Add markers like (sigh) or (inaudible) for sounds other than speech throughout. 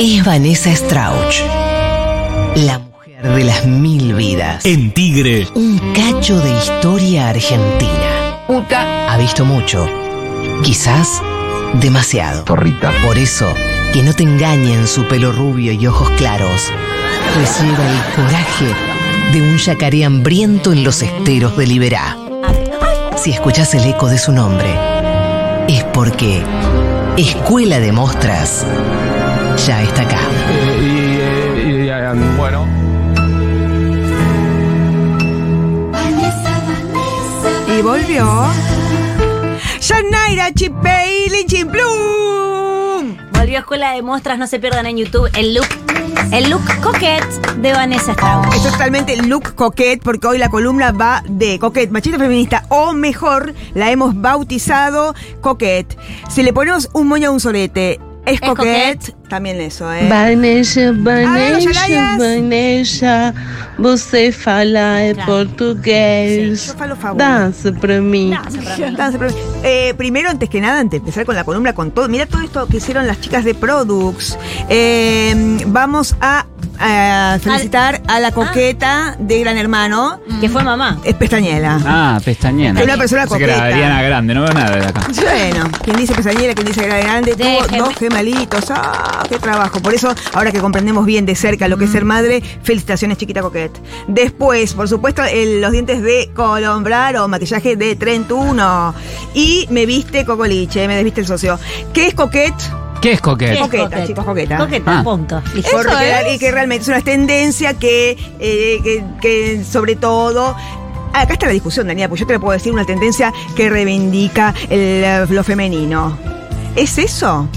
Es Vanessa Strauch, la mujer de las mil vidas. En Tigre, Un cacho de historia argentina. Uta ha visto mucho, quizás demasiado. Torrita. Por eso, que no te engañen su pelo rubio y ojos claros. Pues lleva el coraje de un yacaré hambriento en los esteros de Liberá. Si escuchas el eco de su nombre, es porque Escuela de Mostras ya está acá. Eh, y, eh, y, eh, bueno. Y volvió. Shanaira Chipei Linchin Plum. Volvió a Escuela de Mostras, no se pierdan en YouTube el look, el look coquette de Vanessa Strauss. Es totalmente look coquette porque hoy la columna va de coquette, machito feminista, o mejor, la hemos bautizado coquette. Si le ponemos un moño a un solete, es, Es coquette, coquette. también eso, ¿eh? Vanessa, Janaias. Vanessa, Vanessa, você fala em Claro. português. Yo falo favor. Dança pra mim. No, se perdón. Danza, pero- eh, primero, antes que nada, antes de empezar con la columna, con todo, mira todo esto que hicieron las chicas de Produx. Eh, vamos a, a felicitar a la Ah. coqueta de Gran Hermano, que fue mamá. es Pestañela. Ah, pestañena. Es una persona Pensé que era coqueta. Adriana Grande, no veo nada de acá. Bueno, quien dice pesadilla, quien dice grande, grande, tuvo Déjeme. dos gemelitos. ¡Ah, qué trabajo! Por eso, ahora que comprendemos bien de cerca lo que es ser madre, felicitaciones, chiquita coquette. Después, por supuesto, el- los dientes de Colombraro, maquillaje de 31. Y me viste cocoliche, me desviste el socio. ¿Qué es coquette? ¿Qué es coquete? Coqueta, chicos, coqueta. Coqueta, Ah. punto. Listo. Por reiterar, y que realmente es una tendencia que, eh, que, que sobre todo... ah, Acá está la discusión, Daniela, porque yo te lo puedo decir, una tendencia que reivindica el, eh, lo femenino. ¿Es eso?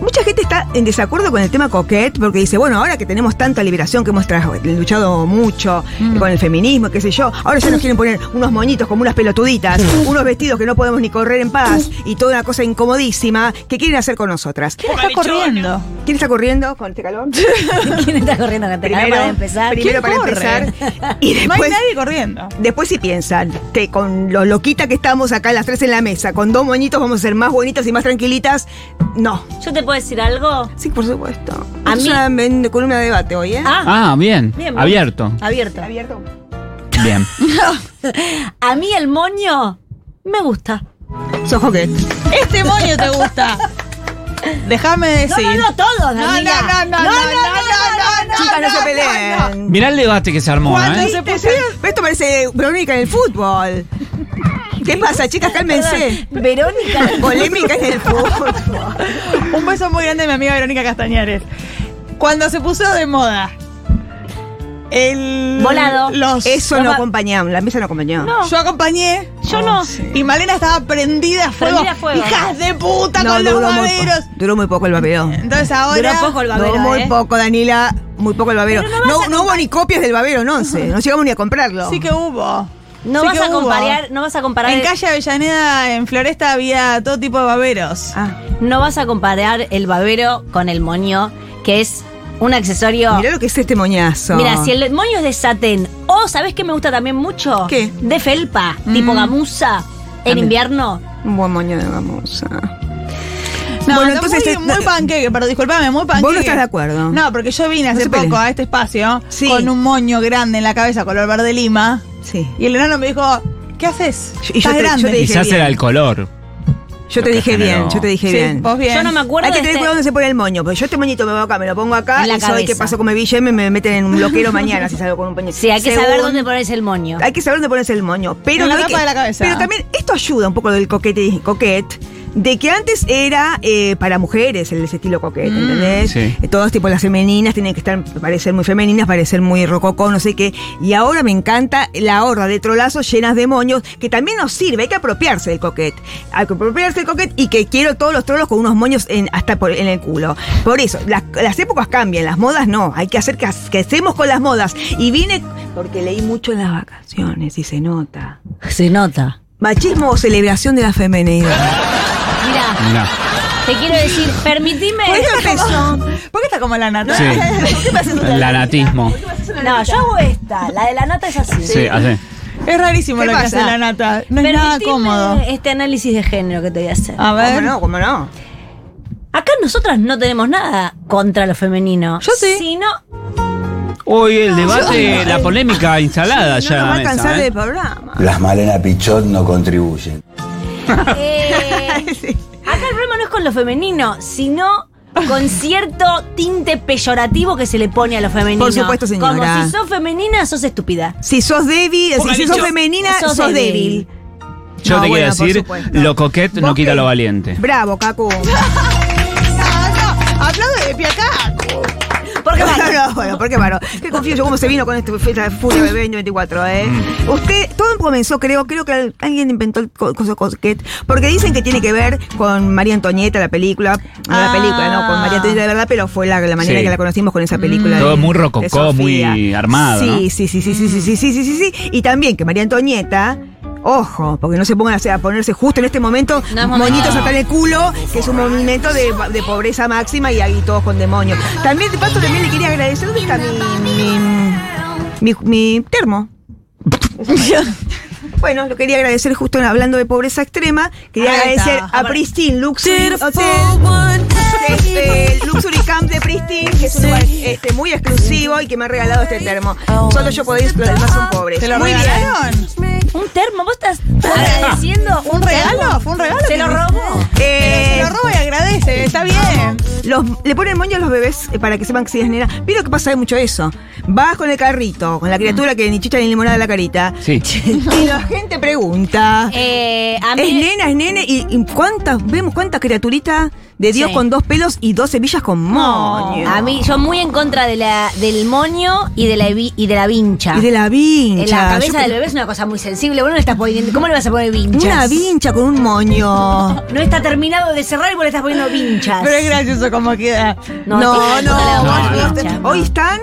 Mucha gente está en desacuerdo con el tema coquette porque dice, bueno, ahora que tenemos tanta liberación, que hemos tra- luchado mucho Mm. con el feminismo, qué sé yo, ahora ya nos quieren poner unos moñitos como unas pelotuditas, Mm. unos vestidos que no podemos ni correr en paz y toda una cosa incomodísima que quieren hacer con nosotras. Está corriendo. ¿Quién está corriendo con este (laughs) calor? ¿Quién está corriendo acá? Primero, para empezar. primero para corre? (laughs) empezar. Y No hay después, nadie corriendo. después si piensan que con lo loquita que estamos acá las tres en la mesa, con dos moñitos vamos a ser más bonitas y más tranquilitas. No. Yo te puedo decir algo. Sí, por supuesto. A A mí. mí- Una men- columna de debate hoy, ¿eh? Ah, Ah, bien. Bien, bien. Abierto. abierto. Abierto. Bien. A mí el moño me gusta. Sos coquete. Este moño te gusta. Déjame No, decir. no, no, todos, amiga. Chicas, no se no, peleen. Mirá el debate que se armó, ¿Cuándo ¿eh? se ¿Viste? puso- Sí, Esto parece Verónica en el fútbol. ¿Qué pasa, chicas? Cálmense. Perdón. Verónica. Polémica en (laughs) el fútbol. Un beso muy grande a mi amiga Verónica Castañares. Cuando se puso de moda. El. Volado. Los. Eso no Toma. acompañamos, la mesa no acompañó. No. Yo acompañé. Oh, Yo no. Y Malena estaba prendida a fuego. Prendida a fuego. Hijas de puta No, con los duró, muy maderos. po- duró muy poco el babero. Entonces ahora. Duró poco el babero, No, muy ¿eh? poco, Danila. Muy poco el babero. Pero no vas No, a no hubo ni copias del babero en once. No llegamos ni a comprarlo. Sí que hubo. No Sí vas que a hubo. comparar, no vas a comparar. En calle Avellaneda, en Floresta, había todo tipo de baberos. Ah, No vas a comparar el babero con el moño, que es un accesorio. mirá lo que es este moñazo. Mira, si el moño es de satén, o ¿sabés qué me gusta también mucho? ¿Qué? Mm. De felpa, tipo gamuza, en mira. invierno. Un buen moño de gamuza. No, Bueno, bueno, entonces entonces este- muy, muy panqueque, pero disculpame, muy panqueque. Vos no estás de acuerdo. No, porque yo vine No hace se peleen. poco a este espacio Sí. con un moño grande en la cabeza color verde lima Sí. y el enano me dijo, ¿qué haces? Y yo estás te- yo grande. te dije Quizás bien. era el color. Yo te Lo que dije bien, generó. yo te dije Sí, bien. vos bien. Yo no me acuerdo. Hay que de tener este- cuidado donde se pone el moño, porque yo este moñito me voy acá, me lo pongo acá En la y soy qué cabeza. pasó con mi BGM, me meten en (laughs) un loquero mañana si salgo con un pañuelo. Sí, hay que Según- saber dónde pones el moño. Hay que saber dónde pones el moño. Pero En la no hay tapa que- de la cabeza. Pero también esto ayuda un poco del coquete, coquete de que antes era eh, para mujeres el ese estilo coquete, ¿entendés? sí. Eh, Todos tipo las femeninas tienen que estar, parecer muy femeninas, parecer muy rococó, no sé qué. Y ahora me encanta la horda de trolazos llenas de moños, que también nos sirve, hay que apropiarse del coquete. Hay que apropiarse del coquete y que quiero todos los trolos con unos moños en- hasta por- en el culo. Por eso, las, las épocas cambian, las modas no. Hay que hacer que, que hacemos con las modas. Y vine porque leí mucho en las vacaciones y se nota. Se nota. Machismo o celebración de la femenina. Mira, Mirá. te quiero decir, permitime. Por eso empezó. ¿Por qué está como la nata? (laughs) Sí. Lanatismo. No, yo hago esta. La de la nata es así. Sí, así. Es rarísimo ¿Qué lo pasa? que hace la nata. No es nada Permitime cómodo. Ah. Este análisis de género que te voy a hacer. Ah, A ¿Cómo ver. no? ¿Cómo no? Acá nosotras no tenemos nada contra lo femenino. Yo sí. Sino, Hoy el debate, la polémica instalada no ya nos en va la a mesa, cansar ¿eh? del programa. Las Malena Pichot no contribuyen. eh, (laughs) Sí. acá el problema no es con lo femenino, sino con cierto tinte peyorativo que se le pone a lo femenino. Por supuesto, señora. Como si sos femenina, sos estúpida. Si sos débil, si, Ponga si dicho. sos femenina, sos, Sos débil. débil. Yo No, te bueno, quiero por decir, supuesto. lo coquet no ¿Vos quita qué? lo valiente. Bravo, Cacu. Aplaudo Ah, de pie acá. ¿Por qué paró? (laughs) Bueno, ¿por qué paró? Qué confío yo cómo se vino con este fiesta de furia de 2024, ¿eh? Mm. Usted, todo comenzó, creo, creo que alguien inventó el co- coso coquet, porque dicen que tiene que ver con María Antonieta, la película, no la Ah. película, no, con María Antonieta de verdad, pero fue la, la manera Sí. que la conocimos con esa película. de- Todo muy de rococó, Sofía. muy armado, Sí, ¿no? sí, sí, sí, sí, sí, sí, sí, sí, sí, sí. Y también que María Antonieta. Ojo, porque no se pongan a, hacer- a ponerse justo en este momento No es momento. moñitos No. hasta en el culo, que es un momento de, de pobreza máxima y ahí todos con demonios. También, de paso, también le quería agradecer. ¿Dónde está mi, mi, mi- mi termo? (laughs) Bueno, lo quería agradecer justo en- hablando de pobreza extrema. Quería Ahí está. agradecer a Aparte- Pristine Luxury Hotel. Este, el Luxury Camp de Pristine, que es un lugar este, muy exclusivo y que me ha regalado este termo. Solo yo podéis, los demás son pobres. ¿Te lo muy bien. regalaron? Un termo, vos estás agradeciendo ¿Fue un regalo? ¿Fue un regalo? Se que lo te- robó. Eh, Se lo robo y agradece, está bien. Los, le ponen moño a los bebés eh, para que sepan que si es nena. Mira que pasa mucho eso. Vas con el carrito, Mm. con la criatura que ni chicha ni limonada de la carita. Sí. (laughs) Y la gente pregunta. Eh, a mí- Es nena, es nene. ¿Y, y cuántas, vemos cuántas criaturitas de Dios Sí. con dos pelos y dos semillas con moño? A mí, yo muy en contra de la, del moño y de la, vi- y de la vincha. Y de la vincha. En la cabeza Yo- del bebé es una cosa muy sensible. Vos no le estás poniendo. ¿Cómo le vas a poner vinchas? Una vincha con un moño. No está terminado de cerrar y vos le estás poniendo vinchas. Pero es gracioso como queda. No, no, no, te- la no, boca, no. vincha. Hoy están.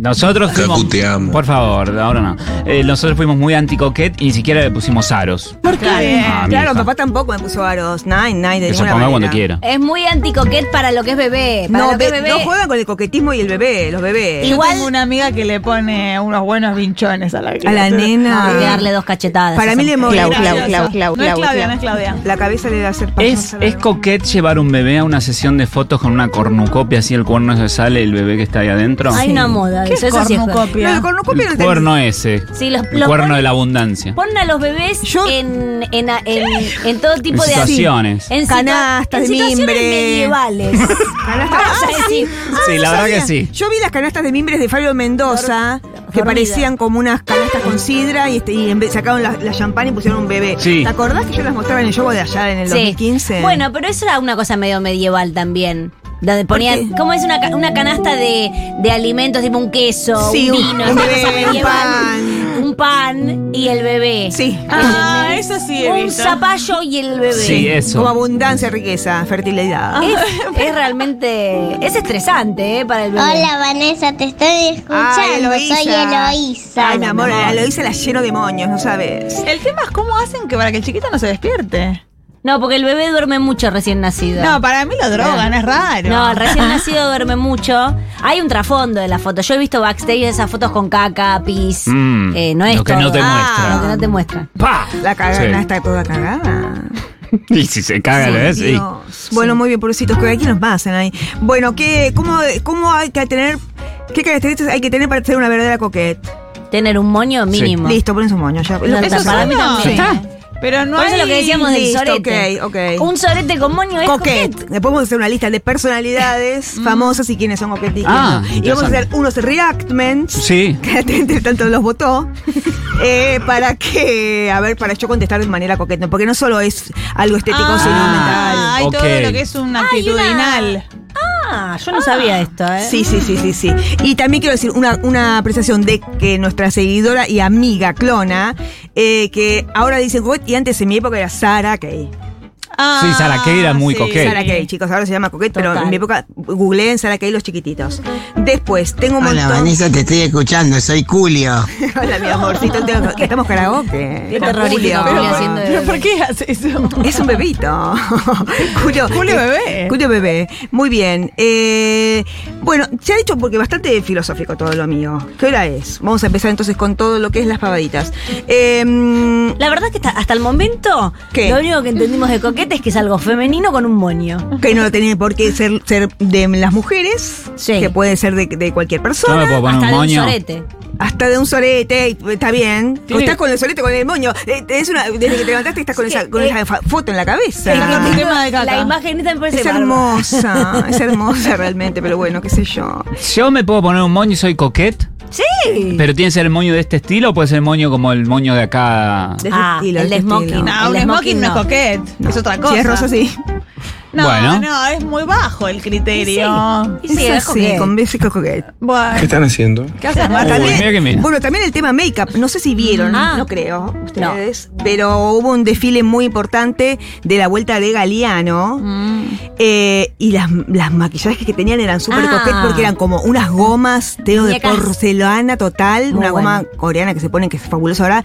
Nosotros Cacu, fuimos. te amo. Por favor, ahora no. Eh, nosotros fuimos muy anti-coquet y ni siquiera le pusimos aros. ¿Por qué? Ah, mi eh, claro, hija. papá tampoco me puso varos. Nine, nine, de Que se ninguna ponga manera. cuando quiera. Es muy anticoquet para lo que es bebé. Para No, lo que es ve- bebé. no juegan con el coquetismo y el bebé, los bebés. Yo Igual- tengo una amiga que le pone unos buenos vinchones a la A la nena. No, de darle dos cachetadas. Ah. Para mí Eso- le mo- Clau, Clau, Clau, Clau, Clau. No es Claudia, no es Claudia. La cabeza le da hacer Es, pasos. es coquet llevar un bebé a una sesión de fotos con una cornucopia así el cuerno se sale y el bebé que está ahí adentro. Hay una moda de ¿Qué eso. es Eso sí es fue- No, cornucopia? el cornucopio el no cuerno ese. Sí, los- el los cuerno ponen- de la abundancia. Ponen a los bebés Yo- en, en, en- en todo tipo En de situaciones. en situa- Canastas en de situaciones mimbre. (laughs) medievales. Canastas- Vamos a Ah, decir, Sí, la Yo verdad sabía. que sí. Yo vi las canastas de mimbres de Fabio Mendoza, que dormida. parecían como unas canastas con sidra y, este, y en vez- sacaron la, la champán y pusieron un bebé. Sí. ¿Te acordás que yo las mostraba en el show de allá en el Sí. 2015? Bueno, pero eso era una cosa medio medieval también. Donde ponían, qué? ¿cómo es una, ca- una canasta de, de alimentos, tipo un queso, Sí, un un- vino, un una bebé, cosa un medieval, pan. un pan y el bebé? Sí. Ah, eso sí he un visto. zapallo y el bebé. Sí, eso. Como abundancia, riqueza, fertilidad. Es, es realmente. Es estresante, ¿eh? Para el (laughs) bebé. Hola Vanessa, te estoy escuchando. Soy Eloísa. Ay, mi amor, a Eloísa la lleno de moños, no sabes. El tema es cómo hacen que para que el chiquito no se despierte. No, porque el bebé duerme mucho recién nacido. No, para mí lo drogan, es raro. No, el recién nacido duerme mucho. Hay un trasfondo de la foto. Yo he visto backstage de esas fotos con caca, pis. Mm, Eh, no es lo que no todo. te Ah. Lo que muestra. no te muestra. ¡Pah! La cagada Sí. está toda cagada. Y si se caga, ¿lo ves? Sí. Dios. Bueno, muy bien, pobrecitos, que aquí nos pasan ahí. Bueno, ¿qué, cómo, ¿cómo hay que tener, qué características hay que tener para ser una verdadera coquette? Tener un moño mínimo. Listo, pones un moño ya. Ya Lo- está, eso es para mí bueno. también. Sí. Pero no Por eso hay- lo que decíamos del listo, sorete. ok, ok. Un sorete con moño es Coquette. coquete. Le podemos hacer una lista de personalidades famosas y quiénes son coquetes y quiénes Ah, no. Y vamos a hacer unos reactments. Sí. Que la gente tanto los votó. eh, para que, a ver, para yo contestar de manera coqueta. Porque no solo es algo estético, sino mental. Ah, hay Ok. todo lo que es un actitudinal. Ah, yo no sabía esto, ¿eh? Sí, sí, sí, sí, sí. Y también quiero decir una, una apreciación de que nuestra seguidora y amiga clona, eh, que ahora dice coquete y antes en mi época era Sara Kay. Ah, Sí, Sara Kay era muy coqueta. Sara Kay, chicos, ahora se llama coquete, pero Total. en mi época googleé en Sara Kay los chiquititos. Después, tengo un Hola montón. Vanessa, te estoy escuchando, soy Julio. (laughs) Hola, mi amorcito. tengo- que estamos karaoke. Qué Con terrorífico, Julio. Julio, haciendo de (laughs) ¿Pero por bebé. qué hace eso? Es un (laughs) bebito. Julio, Julio eh, bebé. Julio bebé. Muy bien. Eh, bueno, se ha dicho porque bastante filosófico todo lo mío. ¿Qué hora es? Vamos a empezar entonces con todo lo que es las pavaditas. Em, Eh, La verdad es que hasta, hasta el momento ¿Qué? lo único que entendimos de coquet es que es algo femenino con un moño. Que no tiene por qué ser, ser de las mujeres, Sí. que puede ser de, de cualquier Yo me persona, puedo poner Hasta un de un moño. sorete. hasta de un sorete, y- está bien. O Tiene- estás con el sorete, con el moño. Eh, Es una, desde que te levantaste estás con, Es esa, que, con eh, esa fa- foto en la cabeza. Ah. es que tiene- tema de caca. La imagen esta me parece Es bárbara. hermosa, es hermosa realmente, pero bueno, qué sé yo. Yo me puedo poner un moño y soy coquete. Sí. Pero tiene que ser el moño de este estilo o puede ser el moño como el moño de acá. De ese Ah, estilo, el ese de estilo. smoking. No, El un de smoking no es no. coquet, es otra cosa. Si es rosa, sí. No, Bueno. no, es muy bajo el criterio. Y sí, es es así, coquet. con besos coquete. Bueno, están haciendo? ¿qué haces, Ah, Marta? Uy, también- mira que mira. Bueno, también el tema make-up. No sé si vieron, Ah. no creo ustedes, pero hubo un desfile muy importante de la vuelta de Galeano. Mm. eh, y las, las maquillajes que tenían eran súper Ah. coquetes porque eran como unas gomas, teo de Muñecas. porcelana total, Muy una goma coreana que se ponen que es fabulosa ahora.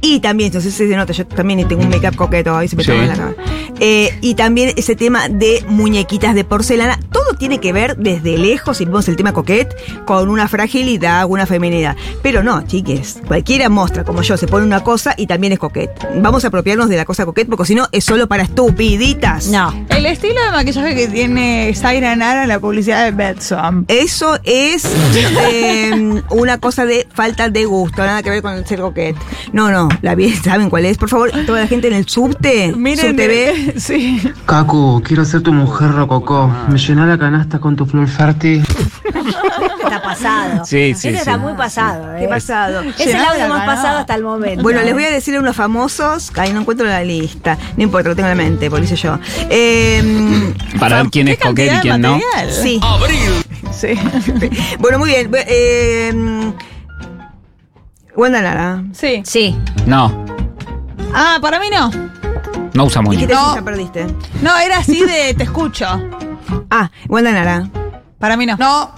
Y también, entonces se nota, yo también tengo un make-up coqueto, ahí se me Sí. toma la cara. Eh, y también ese tema de muñequitas de porcelana. Todo tiene que ver desde lejos, si vemos el tema coquete, con una fragilidad, una feminidad. Pero no, chiques, cualquiera muestra, como yo, se pone una cosa y también es coquete. Vamos a apropiarnos de la cosa coquete porque si no es solo para estupiditas. No. El estilo de maquillaje que tiene Zaira Nara en la publicidad de Betsum. Eso es eh, una cosa de falta de gusto, nada que ver con el ser coquete. No, no, la vi, ¿saben cuál es? Por favor, toda la gente en el subte, Miren, subte B. eh, (laughs) sí. Cacu, quiero ser tu mujer rococó. Ah. Me llená la canasta con tu flor fértil. Está pasado. Sí, sí, Ese sí. está muy pasado. Qué eh. pasado. Es el Llenaba audio la más ganada. pasado hasta el momento. Bueno, les voy a decir a unos famosos. Ay, no encuentro la lista. No importa, lo tengo en la mente, por eso yo. Eh, Para ver quién ¿Qué es coquete cantidad y de quién no. material? sí. Sí. (laughs) Bueno, muy bien. Bu- eh, Wanda Nara. Sí. Sí. No, Ah, para mí no. no usa moño. Dijiste No. ya perdiste. No, era así de te escucho. Ah, Wanda Nara. Para mí no. No.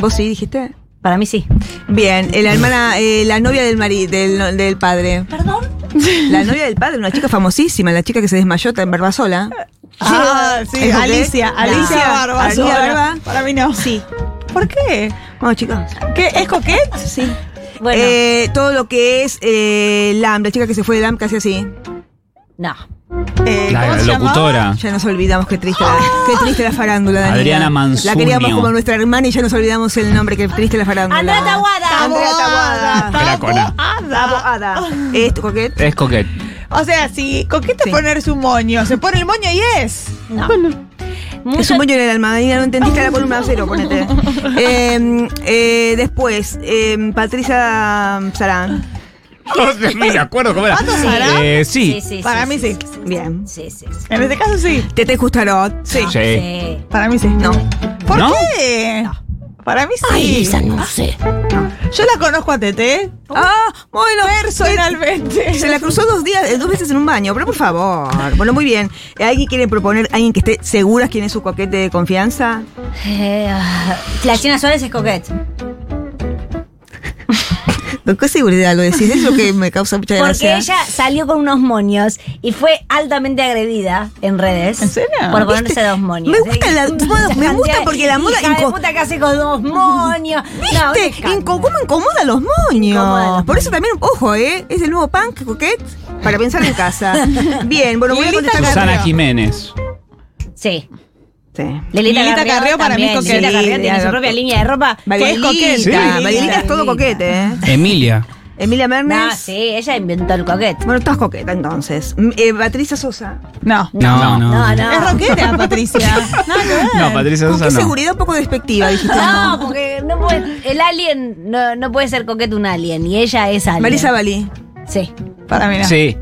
¿Vos sí dijiste? Para mí sí. Bien, eh, la hermana, eh, la novia del, mari- del, no- del padre. ¿Perdón? La novia del padre, una chica famosísima, la chica que se desmayó en Barbasola. Ah, sí, ¿Es Alicia. coquet? Alicia No. Barba. Alicia Sora. Barba. Para mí no. Sí. ¿Por qué? Bueno, chicos. ¿Qué? ¿Es coquete? Sí. Bueno, Eh, todo lo que es eh, LAM, la chica que se fue de LAM casi así. no. Eh, La ¿cómo se llamaba? locutora. Ya nos olvidamos, qué triste, la, qué triste la farándula. Daniela. Ah. Adriana Mansuño. La queríamos como nuestra hermana y ya nos olvidamos el nombre, qué triste la farándula. Andrea Taboada. Andrea Taboada. Cracona. Taboada. ¿Es tu coquete? Es coquete. O sea, si coquete Sí. es ponerse un moño, se pone el moño y es. No. Es Mucho- un moño en el alma, Daniela, no entendiste la columna cero, (laughs) ponete. Eh, eh, después, eh, Patricia Sarán. No me acuerdo cómo era. será? Eh, sí. Sí, sí, Para mí sí. Bien. Sí, sí. En este caso sí. Tete Justarot. Sí. Sí. Sí. Para mí sí. No. ¿Por ¿No? qué? Para mí sí. no sé. Yo la conozco a Tete. Ah, bueno. Personalmente. Se la cruzó dos días, eh, dos veces en un baño, pero por favor. Bueno, muy bien. Eh, ¿Alguien quiere proponer, alguien que esté segura quién es su coquete de confianza? Eh, ah, la China Suárez es coquete. ¿Con qué seguridad lo decís? Es lo que me causa mucha Porque gracia. ella salió con unos moños y fue altamente agredida en redes. ¿En serio? Por ponerse dos moños. ¿eh? Me (laughs) gusta la- bueno, me gusta porque la moda Hija de inco- puta que hace con dos moños. No, ¿Viste? me encanta. Inco- ¿Cómo incomoda los moños? Incomoda los Por eso también, ojo, ¿eh? Es el nuevo punk, coquete, para pensar (laughs) en casa. Bien, bueno, voy a Lilita contestar. Susana Jiménez. Sí. Sí. Lilita, Lilita Carrió para mí también. coquete. Lilita Carrió tiene Lilita- su propia línea de ropa. Que es coqueta. Valerilita, Sí. Valerilita es todo Valerilita. coquete, ¿eh? Emilia. Emilia Mernes. No, Ah, sí, ella inventó el coquete. Bueno, todas coqueta entonces. Mm, Eh, Patricia Sosa. No. No, no. No, no. Es rockera, Patricia. (laughs) No, No, Patricia Con qué Sosa no. seguridad un poco (laughs) despectiva, dijiste. (laughs) No, porque no puede, el alien no, no puede ser coquete un alien y ella es alien. Marisa Balí. Sí. Para mí no. Sí.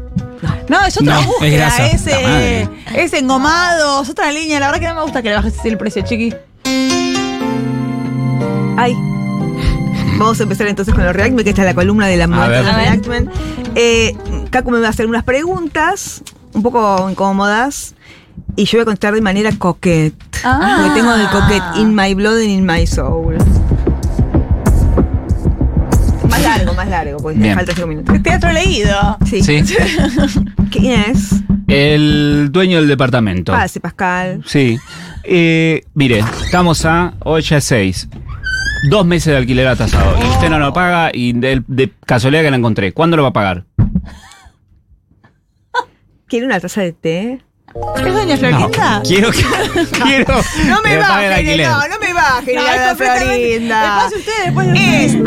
No, es otra No, es búsqueda. grasa. Es, La eh, es engomado, es otra línea. La verdad que no me gusta que le bajes el precio, chiqui. Ay. Vamos a empezar entonces con los reactment, que esta es la columna de la muerte de ver. los A ver. reactment. Eh, Caco me va a hacer unas preguntas un poco incómodas y yo voy a contestar de manera coquette. Ah. Porque tengo el coquette in my blood and in my soul. Más largo, más largo, porque me Bien. falta cinco minutos. Teatro leído. Sí. Sí. ¿Quién es? El dueño del departamento. Pase, Pascal. Sí. Eh, mire, estamos a hoy ya es seis. Dos meses de alquiler atasado. Y usted no lo paga y de, de casualidad que la encontré. ¿Cuándo lo va a pagar? ¿Quiere una taza de té? ¿Es doña Florinda? Quiero que. quiero No que pague me el bajen, alquiler. no, no me bajen, No, no, es la completamente- Florinda. Después ustedes, después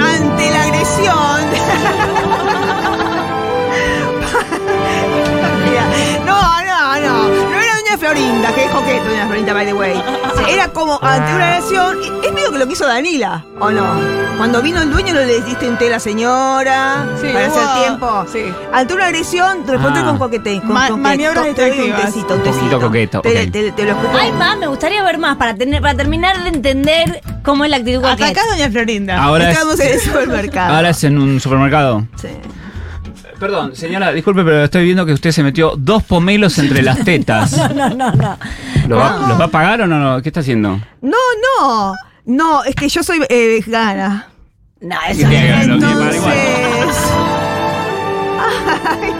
Es ante la agresión. Mira, (laughs) no, no, no. No era doña Florinda, que es coqueto doña Florinda, by the way. Era como ante una agresión. y- Es medio que lo que hizo Danila, ¿o no? Cuando vino el dueño no le diste en té a la señora Sí, para hubo- hacer tiempo. Sí. Ante una agresión, responde Ah. con coquete. Con Ma- coquete- maniobras te doy Un distractivas. tecito, un Un poquito tecito. coqueto, Te, ok. te- te lo explico. Hay más, me gustaría ver más para tener, para terminar de entender cómo es la actitud Acá coqueta. es doña Florinda. Ahora es, Estamos en el supermercado. ahora es en un supermercado. Sí. Perdón, señora, disculpe, pero estoy viendo que usted se metió dos pomelos entre las tetas. No, no, no. ¿Los va, los va a pagar o no, no? ¿Qué está haciendo? No, no. No, es que yo soy eh, vegana. No, eso Que haga lo que pague Entonces. igual. (laughs) Ay.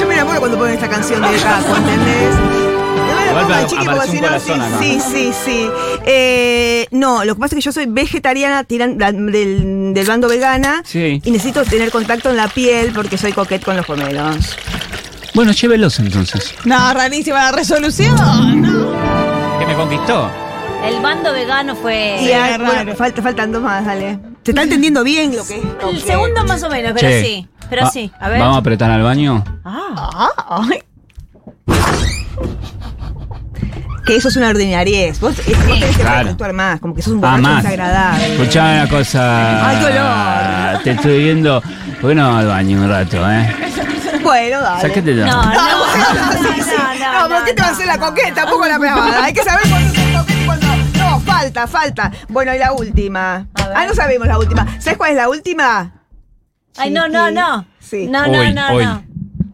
Yo me enamoro cuando ponen esta canción de Caco, ¿entendés? No me la Igual pongan, apare- chiqui, porque apareció si un no, sí, corazón acá. sí, sí, sí. Eh, no, lo que pasa es que yo soy vegetariana tiran, la- del, del bando vegana Sí. y necesito tener contacto en la piel porque soy coquete con los pomelos. Bueno, llévelos entonces. No, rarísima la resolución. No. Que me conquistó. El bando vegano fue. Y ah, bueno, raro. falta, faltan dos más, dale. ¿Te está entendiendo bien lo que es? El segundo más o menos, pero Che, sí. Pero va- sí. A ver. ¿Vamos a apretar al baño? Que eso es una ordinariez. Vos, es, vos tenés que Claro. actuar más, como que sos un Ah, borracho más. desagradable. Escuchame una cosa. Ay, qué olor. Te estoy viendo. ¿Por qué no vas al baño un rato, eh? Bueno, dale. Sáquete de No, no, no, No, no, no, sí, sí. no, No, ¿por qué te va a hacer la coqueta? Tampoco la clavada. Hay que saber cuándo es coqueta y cuándo no. No, falta, falta. Bueno, y la última. A ver. Ah, no sabemos la última. ¿Sabes cuál es la última? Ay, no, no, no. Sí. No, no, Hoy, no, hoy. no.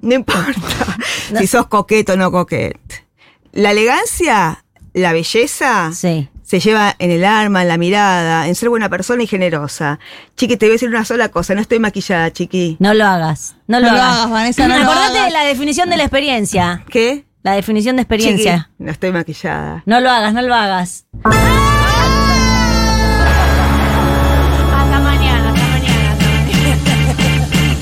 No importa si sos coqueto o no coquete. La elegancia, la belleza, Sí. se lleva en el arma, en la mirada, en ser buena persona y generosa. Chiqui, te voy a decir una sola cosa. No estoy maquillada, chiqui. No lo hagas. No lo, No lo hagas, Vanessa, no lo Acordate hagas. de la definición de la experiencia. ¿Qué? La definición de experiencia. Chiqui, no estoy maquillada. No lo hagas, no lo hagas. Hasta mañana, hasta mañana, hasta mañana.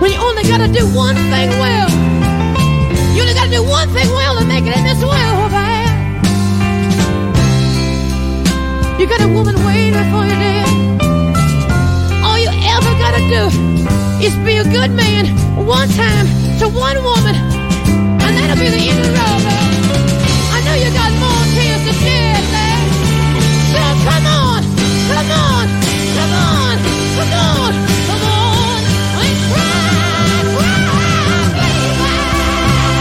When you only gotta do one thing well, you only gotta do one thing well to make it in this world, man. You got a woman waiting for you there. All you ever gotta do is be a good man one time to one woman, and that'll be the